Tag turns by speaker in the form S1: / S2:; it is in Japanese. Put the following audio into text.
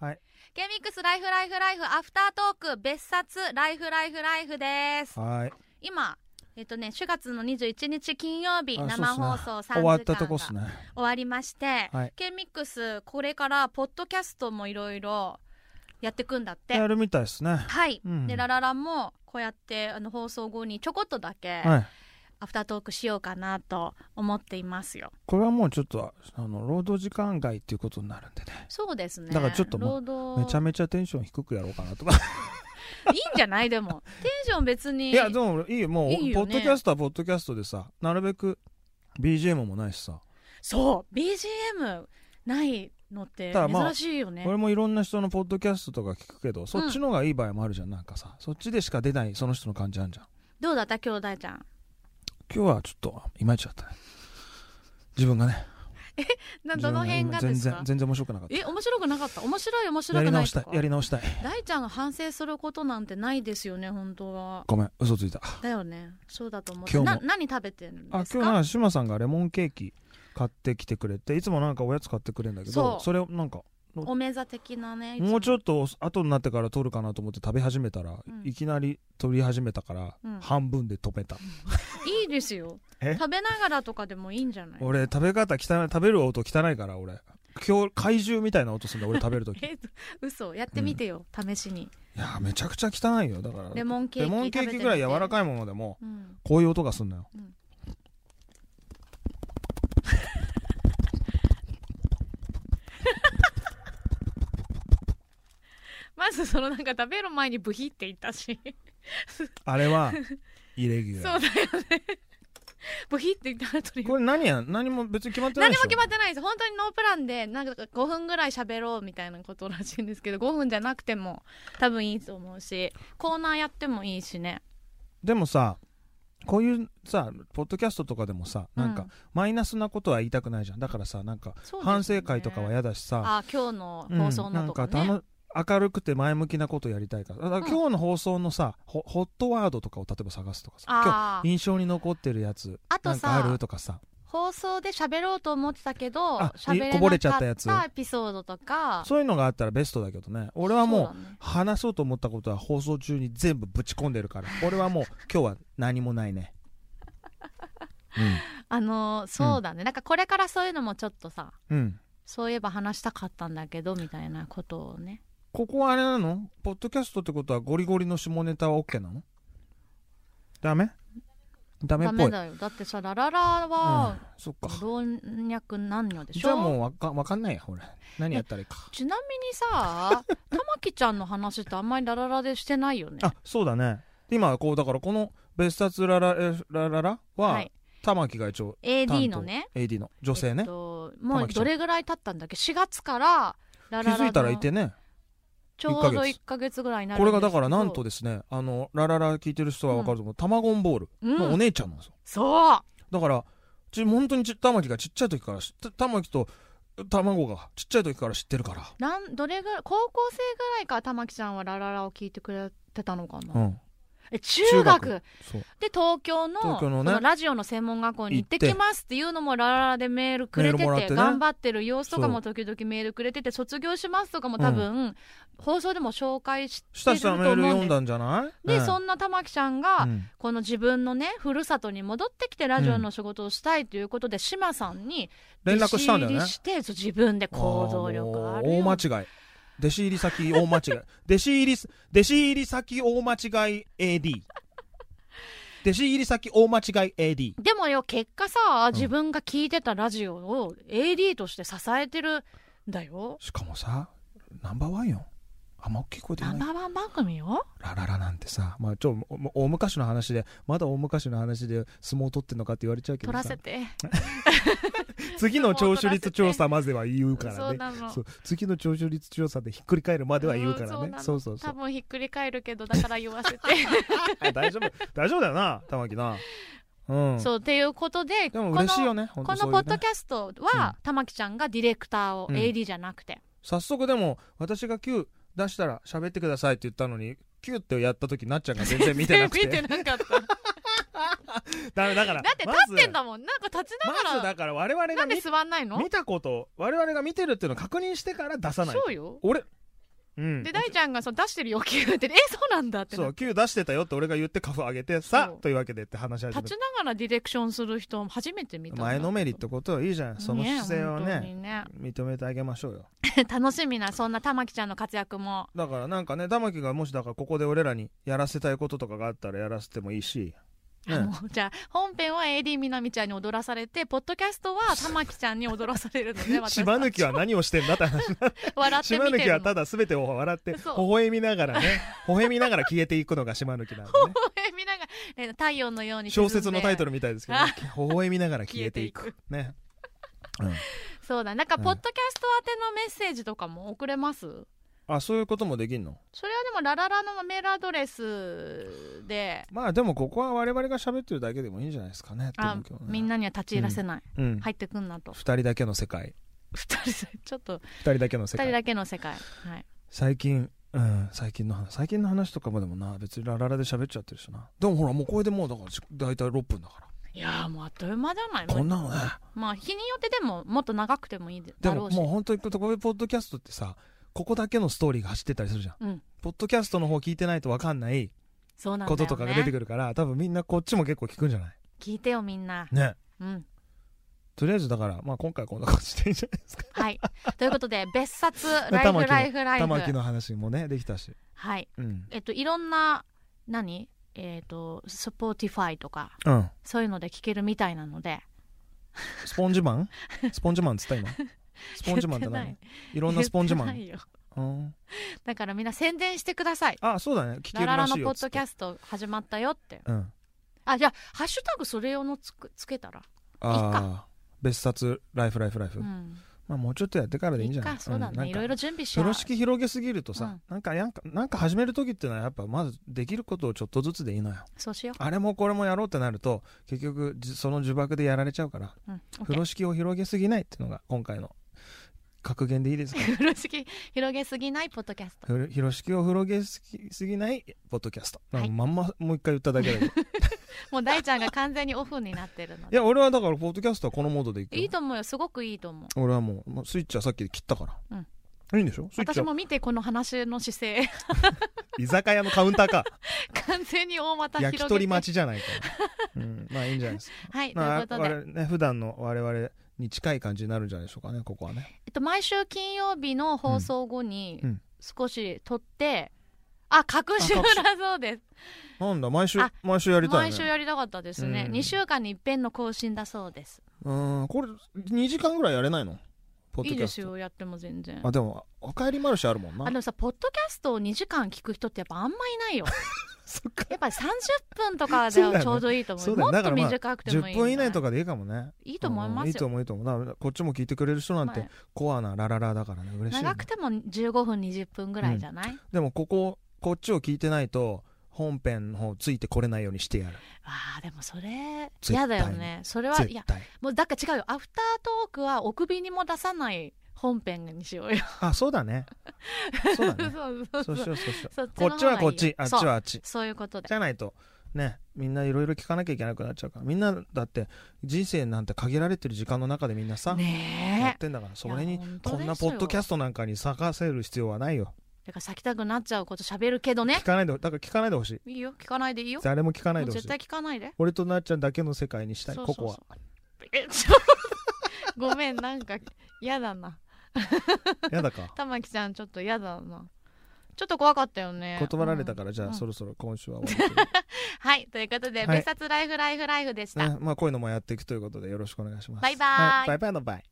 S1: はい。
S2: ケミックスライフライフライフアフタートーク別冊ライフライフライフです。
S1: はい。
S2: 今、えっとね、4月の21日金曜日
S1: あ
S2: 生放送3時
S1: 終
S2: 間
S1: わ
S2: が
S1: ったとこっすね。
S2: 終わりまして、
S1: はい
S2: ケミックスこれからポッドキャストもいろいろやってくんだって
S1: や。るみたいですね。
S2: はい。
S1: うん
S2: で、ラララもこうやってあの放送後にちょこっとだけ
S1: はい。
S2: アフタートークしようかなと思っていますよ。
S1: これはもうちょっと、あの、労働時間外っていうことになるんでね。
S2: そうですね。
S1: だからちょっとも
S2: 労
S1: め
S2: 働
S1: ちゃめちゃテンション低くやろうかなとか。
S2: いいんじゃないでも。テンション別に。
S1: いや、でもいいよ。もう、
S2: いい
S1: ポ
S2: よね
S1: ッドキャストはポッドキャストでさ、なるべく BGM もないしさ。
S2: そう、BGM ないのって
S1: ただまあ
S2: 珍しいよね。
S1: 俺もいろんな人のポッドキャストとか聞くけど、そっちの方がいい場合もあるじゃん。なんかさ、そっちでしか出ないその人の感じあるじゃん。
S2: どうだった兄弟ちゃん。
S1: 今日はちょっと、いまいちだったね。自分がね。
S2: などの辺が
S1: 自分
S2: で
S1: ね
S2: す
S1: 全
S2: か
S1: 然、全然面白くなかっ
S2: え、面白くなかった面白い
S1: た。
S2: 面
S1: や
S2: 白
S1: り
S2: くない
S1: 直し
S2: と
S1: たい
S2: か。。
S1: やり直したい。
S2: 大ちゃんが反省することなんてないですよね、本当は。
S1: ごめん、嘘ついた。
S2: だよね。そうだと思っ
S1: 今
S2: て。
S1: 日も
S2: な何食べてるん
S1: あ
S2: です
S1: 今日なん
S2: か
S1: か志麻さんがレモンケーキ買ってきてくれていつもなんかおやつ買ってくれるんだけど
S2: そ
S1: そうれをなんか
S2: おめざ的なね。いつ
S1: もうちょっと後になってから取るかなと思って食べ始めたら、
S2: うん
S1: いきなり取り始めたから、
S2: うん
S1: 半分で止めた
S2: いいですよ。
S1: え
S2: 食べながらとかでもいいんじゃない
S1: 俺食べ方汚い食べる音汚いから俺今日怪獣みたいな音するんだ俺食べる ときい
S2: え、嘘。やってみてよ、試しに。
S1: やめちゃくちゃ汚いよだから
S2: レモンケー
S1: レ
S2: キ。
S1: モンケーキぐらい柔ら
S2: い。
S1: かいものでも
S2: うん。
S1: こういう音がすんのよ、
S2: うんまずそのなんか食べる前にブヒって言ったし
S1: あれ はイレギ
S2: そう
S1: ュ
S2: だ
S1: ラ
S2: よ
S1: ー
S2: ねブヒって言った後に
S1: これ何や何も別に決まってない
S2: 何
S1: で
S2: も
S1: しょ
S2: 決まってないです本当にノープランでなんか5分ぐらい喋ろうみたいなことらしいんですけど5分じゃなくても多分いいと思うしコーナーやってもいいしね
S1: でもさこういうさポッドキャストとかでもさなん
S2: う
S1: か
S2: ん
S1: マイナスなことは言いたくないじゃんだからさなんか
S2: そうですね
S1: 反省会とかは嫌だしさ、
S2: あ今日の
S1: うん
S2: 放送のとかね、
S1: なん楽明るくて前向きなことやりたいからだから
S2: うん
S1: 今日の放送のさ、ホホットワードとかを例えば探すとかさ今
S2: あ
S1: 日印象に残ってるやつ
S2: あと
S1: なん
S2: さ
S1: かあるとかさ
S2: 放送で喋ろうと思ってたけど
S1: あ
S2: 喋れ
S1: こぼれち
S2: な
S1: ゃ
S2: か
S1: っ
S2: った
S1: やつ
S2: たエピソードとか
S1: そういうのがあったらベストだけどね俺は
S2: そう
S1: も
S2: だ
S1: う
S2: ね
S1: 話そうと思ったことは放送中に全部ぶち込んでるから俺はもう今日は何もない ね、
S2: あのーそうだね、なんかこれからそういうのもちょっとさ
S1: うん、うん、
S2: そういえば話したかったんだけどみたいなことをね
S1: ここはあれなのポッドキャストってことはゴリゴリの下ネタは OK なのダメダメっ
S2: ダ
S1: ぽい
S2: メだよだってさラララ
S1: うん
S2: は、
S1: そっか
S2: 老若男女でし
S1: じゃあも
S2: ょ
S1: うわかわかんないや俺何やったらいいか
S2: ちなみ にさ玉木ちゃんの話ってあんまりラララでしてないよね
S1: あそうだね今こうだからこの「別冊ララえラララ」は、
S2: はい
S1: 玉木が一応
S2: AD のね
S1: AD の女性
S2: え
S1: ね
S2: っ、と、も
S1: 玉
S2: う
S1: 木ちゃん
S2: どれぐらい経ったんだっけ4月からララ
S1: 気
S2: ラの
S1: づいたらいてね
S2: ちょうど1か月ぐらいになる
S1: こ
S2: ん
S1: れ
S2: です
S1: が
S2: けど
S1: だからなんとですねあのラララ聞いてる人はわかると思う、タマゴンボール
S2: う
S1: のお
S2: ん、
S1: 姉ちゃんなんですよ、
S2: そう
S1: だからち本当にち玉木がちっちゃい時から知って玉木と卵がちっちゃい時から知ってるから
S2: なんどれぐらい高校生ぐらいから玉木ちゃんはラララを聞いてくれてたのかな、
S1: うん
S2: え中学
S1: 中そう
S2: で東京の
S1: 東京のね
S2: そラジオの専門学校に行っ
S1: 行
S2: て
S1: って
S2: きますっていうのもラララでメールくれて
S1: メールも
S2: て
S1: らってね
S2: 頑張ってる様子とかも
S1: そう
S2: 時々メールくれてて卒業しますとかも多分、放送でも紹介し
S1: してた
S2: る
S1: し
S2: と
S1: た
S2: 思
S1: ら
S2: うん
S1: メ
S2: で
S1: ール
S2: す
S1: 読んだんじゃない
S2: で、
S1: うん
S2: そんな玉木ちゃんが、
S1: うん
S2: この自分のねふるさとに戻ってきてラジオの仕事をしたいということで、志麻さんに
S1: 連絡したんだよね
S2: 弟子入りしてそう自分で行動力ある
S1: あー
S2: よ
S1: もう大間違い弟子入り先大間違い 弟子入りす弟子入り先大間違い AD 弟子入り先大間違い AD
S2: でもよ結果さ
S1: ん
S2: 自分が聞いてたラジオを AD として支えてるんだよ、
S1: しかもさナンバーワンよあんま大きい声で
S2: ナ
S1: 言
S2: ン
S1: わ
S2: バ
S1: ない
S2: ーワン番組よ
S1: ラララなんてさまあちょおお大昔の話でまだ大昔の話で相撲取ってんのかって言われちゃうけ
S2: 取
S1: ど
S2: ら
S1: さ
S2: せて
S1: 次の聴取率調査までは言うからね
S2: そうなの
S1: そう次の聴取率調査でひっくり返るまでは言うから
S2: ん
S1: ねそうそうそ
S2: 多
S1: う
S2: 分ひっくり返るけどだから言わせて、
S1: あ大丈夫大丈夫だよな玉木な うん
S2: そうっていうことで
S1: でも嬉しいよね
S2: こ
S1: 本当
S2: のこ
S1: そ
S2: の
S1: う
S2: ポ
S1: い
S2: ッ
S1: う
S2: ド
S1: ね
S2: キャストは、玉木ちゃんがディレクターを
S1: うん
S2: AD じゃなくて、
S1: 早速でも私が Q 出したら喋ってくださいって言ったのに Q ってやった時なっちゃんが全然見てなくて
S2: 見てなかった
S1: ダメだから
S2: だって
S1: まず
S2: 立ってんだもんなんか立ちながら、
S1: まずだから我々
S2: な
S1: が
S2: んで
S1: 見
S2: 座んないの
S1: 見たことを我々が見てるっていうのを確認してから出さないと
S2: そうよ
S1: 俺うん
S2: で大ちゃんがそう出してるよ 急ってえそうなんだって
S1: そ
S2: な
S1: う Q 出してたよって俺が言ってカフ上げてさ
S2: そう
S1: というわけでって話し始め
S2: 立
S1: て
S2: ちながらディレクションする人初めて見たんだ
S1: 前のめりってことはいいじゃんその姿勢を
S2: 本
S1: ね
S2: 当にね
S1: 認めてあげましょうよ
S2: 楽しみなそんな玉木ちゃんの活躍も
S1: だからなんかね玉木がもしだからここで俺らにやらせたいこととかがあったらやらせてもいいし、
S2: あ
S1: ね、
S2: もうじゃあ本編は AD みなみちゃんに踊らされてポッドキャス トは玉木ちゃんに踊らされるので私
S1: 島抜きは何をしてんだって話
S2: 笑って
S1: 島
S2: 見てるの
S1: 抜きは ただ全てを笑って微
S2: そう
S1: 笑みながらね 微笑みながら消えていくのが島抜きなんで、ね、
S2: 見ながら、え太陽のように沈ん
S1: 小
S2: で
S1: 説のタイトルみたいですけど、 ね、微笑みながら消えてい
S2: 消え
S1: くね、うん
S2: そうだなんか
S1: うん
S2: ポッドキャスト宛てのメッセージとかも送れます、
S1: あそういうこともできんの
S2: それはでもラララのメールアドレスで
S1: まあでもここは我々が喋ってるだけでもいいんじゃないですかね
S2: あ
S1: って思うけどね
S2: みんなには立ち入らせない、
S1: うん、
S2: 入ってくんなと
S1: 2人だけの世界
S2: 二人でちょっと
S1: 2人だけの世
S2: 二人
S1: 界
S2: だけの世界はい
S1: 最近うん、最近の話最近の話とかもでもな別にラララで喋っちゃってるしなでもほらもうこれでもうだからし大体6分だか
S2: いやーもうあっという間じゃない
S1: らこんなのね
S2: まあ日によってでももっと長くてもいい
S1: で
S2: だろ
S1: も
S2: うし
S1: もう本当にこういうポッドキャストってさここだけのストーリーが走ってたりするじゃん
S2: うん
S1: ポッドキャストの方聞いてないと分かんない
S2: そうなんだ
S1: こ
S2: よ、ね、
S1: ととかが出てくるから、多分みんなこっちも結構聞くんじゃない
S2: 聞いてよみんな
S1: ね
S2: うん
S1: とりあえずだから、まあ、今回こんな感じでいいんじゃないですか
S2: はいというこ とで別冊ライ
S1: 玉木
S2: フ
S1: の
S2: ライフライ
S1: 玉木
S2: フ
S1: の話もねできたし、
S2: はい
S1: うん
S2: えっと、いろんな何えっ、とスポーティファイとか
S1: うん、
S2: そういうので聴けるみたいなので
S1: スポンジマンスポンジマンっつった今スポンジマンって
S2: 言
S1: 何
S2: っ
S1: いろんなスポンジマ
S2: 言って
S1: ン、
S2: ないよ
S1: うん、
S2: だからみんな宣伝してください
S1: あそうだね聞け
S2: ラ
S1: るら
S2: ララ
S1: し
S2: の
S1: い
S2: ポ
S1: よ
S2: ッドキャスト始まったよって
S1: ト、うん、
S2: あじゃあハッシュタグそれ用のつくつけたらいい
S1: ああ別冊ライフライフライフ、
S2: うん
S1: まあ、もうちょっとやってからでいいん
S2: い
S1: じ
S2: い
S1: ゃない
S2: かそうだ
S1: んな
S2: ね
S1: ん
S2: い
S1: か
S2: ろいろ準備し
S1: 風
S2: よう
S1: 呂敷広げすぎると
S2: う
S1: さ
S2: ん、
S1: なんかやんかなんか始める時ってのはやっぱまずできることをちょっとずつでいいのよ
S2: そうしよ
S1: あれもこれもやろうってなると結局じその呪縛でやられちゃうから
S2: う、うん、オッケ
S1: 風
S2: ー
S1: 呂敷を広げすぎないっていうのが今回の格言でいいですか
S2: 風呂敷広げすぎないポッドキャスト
S1: ふる風呂敷を広げすぎすぎないポッドキャスト、
S2: はい
S1: なんかまんまもう一回言っただけ だけどい
S2: もう大ちゃんが完全にオフになって るので
S1: や俺はだからポッドキャストはこのモードでいくよ
S2: いいと思うよすごくいいと思う
S1: 俺はもうもうスイッチはさっきで切ったから、いいんでしょスイッチ
S2: 私
S1: は
S2: も見てこの話の姿勢
S1: 居酒屋のカウンターか
S2: 完全に大股広
S1: 焼
S2: げて
S1: き鳥待ちじゃ ないか、うん、まあいいんじゃないですか
S2: はいとい
S1: まあ、
S2: うことで、
S1: 我々ね、普段の我々に近い感じになるんじゃないでしょうかね、ここはね。
S2: えっと、毎週金曜日の放送後に
S1: うんうん
S2: 少し撮って、あ隔週だそうです、
S1: なんだ、毎週
S2: あ、
S1: 毎週やりたい
S2: 毎週
S1: ね。
S2: やりたかったですね、
S1: うん
S2: 2週間に一遍の更新だそうです
S1: うーん、これ、2時間ぐらいやれないのポッ
S2: い
S1: ド
S2: い
S1: キャ
S2: です
S1: スト。
S2: よやっても全然
S1: あ、でも、おかえりマルシェあるもん
S2: あ
S1: な。
S2: のさポッドキャストを2時間聞く人ってやっぱあんまいないよ
S1: そっか。
S2: やっぱり30分とかで
S1: そうだよ
S2: は
S1: ね
S2: ちょうどいいと思う
S1: そうだよね
S2: もっ
S1: だ
S2: と
S1: からまあ
S2: 短くてもいい
S1: 10分以内と
S2: か
S1: かでいいかもね。
S2: いいと思いま
S1: うんいい
S2: す
S1: と
S2: よ、
S1: 思う、いいと思う。だからこっちも聞いてくれる人なんて
S2: ま、
S1: コアなラララだからね、嬉しい
S2: あ
S1: ね、
S2: 長くても15分20分ぐらいじゃない、わ
S1: でも、ここ、こっちを聞いてないと、本編の方ついてこれないようにしてやる。
S2: あでもそれ
S1: 絶対
S2: 嫌だよねそれはい
S1: 絶
S2: や
S1: 対。
S2: もうだから違うよアフタートークはお首にも出さない本編にしようよ、
S1: あ、そうだね。そうだね。
S2: そうそ
S1: そ
S2: うそうう
S1: しよう、そうしよう。
S2: そっ
S1: こっ
S2: の方がいいよ
S1: ちはこっち、あっち
S2: そう
S1: はあっち。
S2: そういうことで
S1: じゃないとねみんないろいろ聞かなきゃいけなくなっちゃうからみんなだって人生なんて限られてる時間の中でみんなさ、やっ
S2: ねえ
S1: てんだからそれに
S2: いや本当
S1: こんな
S2: ですよ
S1: ポッドキャストなんかに咲かせる必要はないよ
S2: だから咲きたくなっちゃうこと喋るけどね
S1: 聞かないでだから聞かないでほしい
S2: いいよ聞かないでいいよ
S1: 誰も聞かないう
S2: も
S1: でほし
S2: 絶
S1: い
S2: 対聞かないで
S1: 俺となっちゃんだけの世界にしたい
S2: そうそうそう
S1: ここ
S2: えちょ ごめんなんか嫌だな
S1: はやだか
S2: 玉木ちゃんちょっと嫌だなちょっと怖かったよ ね
S1: 断られたから、じゃあ、
S2: うん
S1: そろそろ今週は終わりという
S2: うんはいということで、
S1: はい
S2: 別冊ライフライフライフでした、
S1: ねまあこういうのもやっていくということでよろしくお願いします
S2: バイバーイ
S1: はいバイバイのバイ